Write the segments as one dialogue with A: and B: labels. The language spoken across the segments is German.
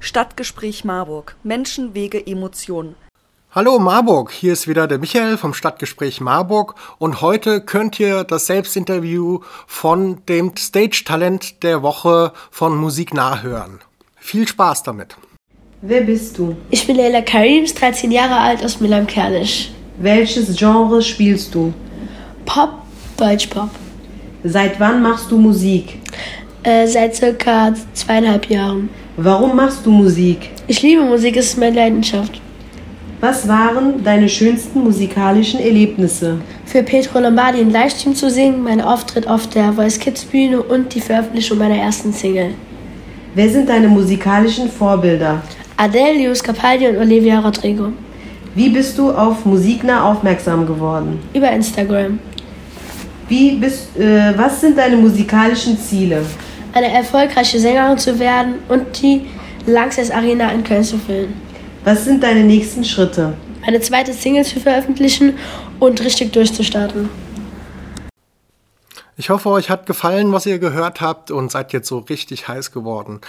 A: Stadtgespräch Marburg. Menschen, Wege, Emotionen.
B: Hallo Marburg, hier ist wieder der Michael vom Stadtgespräch Marburg und heute könnt ihr das Selbstinterview von dem Stage-Talent der Woche von Musik nachhören. Viel Spaß damit.
C: Wer bist du?
D: Ich bin Leila Karims, 13 Jahre alt aus Milam-Kernisch.
C: Welches Genre spielst du?
D: Pop, Deutschpop.
C: Seit wann machst du Musik?
D: Äh, seit circa zweieinhalb Jahren.
C: Warum machst du Musik?
D: Ich liebe Musik, es ist meine Leidenschaft.
C: Was waren deine schönsten musikalischen Erlebnisse?
D: Für Petro Lombardi im Livestream zu singen, mein Auftritt auf der Voice Kids Bühne und die Veröffentlichung meiner ersten Single.
C: Wer sind deine musikalischen Vorbilder?
D: Adele, Lewis Capaldi und Olivia Rodrigo.
C: Wie bist du auf Musiknah aufmerksam geworden?
D: Über Instagram.
C: Wie bist, äh, was sind deine musikalischen Ziele?
D: Eine erfolgreiche Sängerin zu werden und die Lanxess Arena in Köln zu füllen.
C: Was sind deine nächsten Schritte?
D: Meine zweite Single zu veröffentlichen und richtig durchzustarten.
B: Ich hoffe, euch hat gefallen, was ihr gehört habt und seid jetzt so richtig heiß geworden.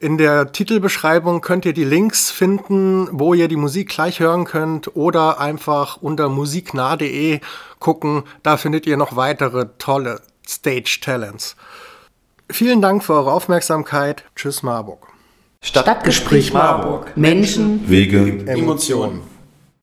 B: In der Titelbeschreibung könnt ihr die Links finden, wo ihr die Musik gleich hören könnt oder einfach unter musiknah.de gucken. Da findet ihr noch weitere tolle Stage Talents. Vielen Dank für eure Aufmerksamkeit. Tschüss Marburg.
E: Stadtgespräch Marburg. Menschen,
F: Wege,
E: Emotionen.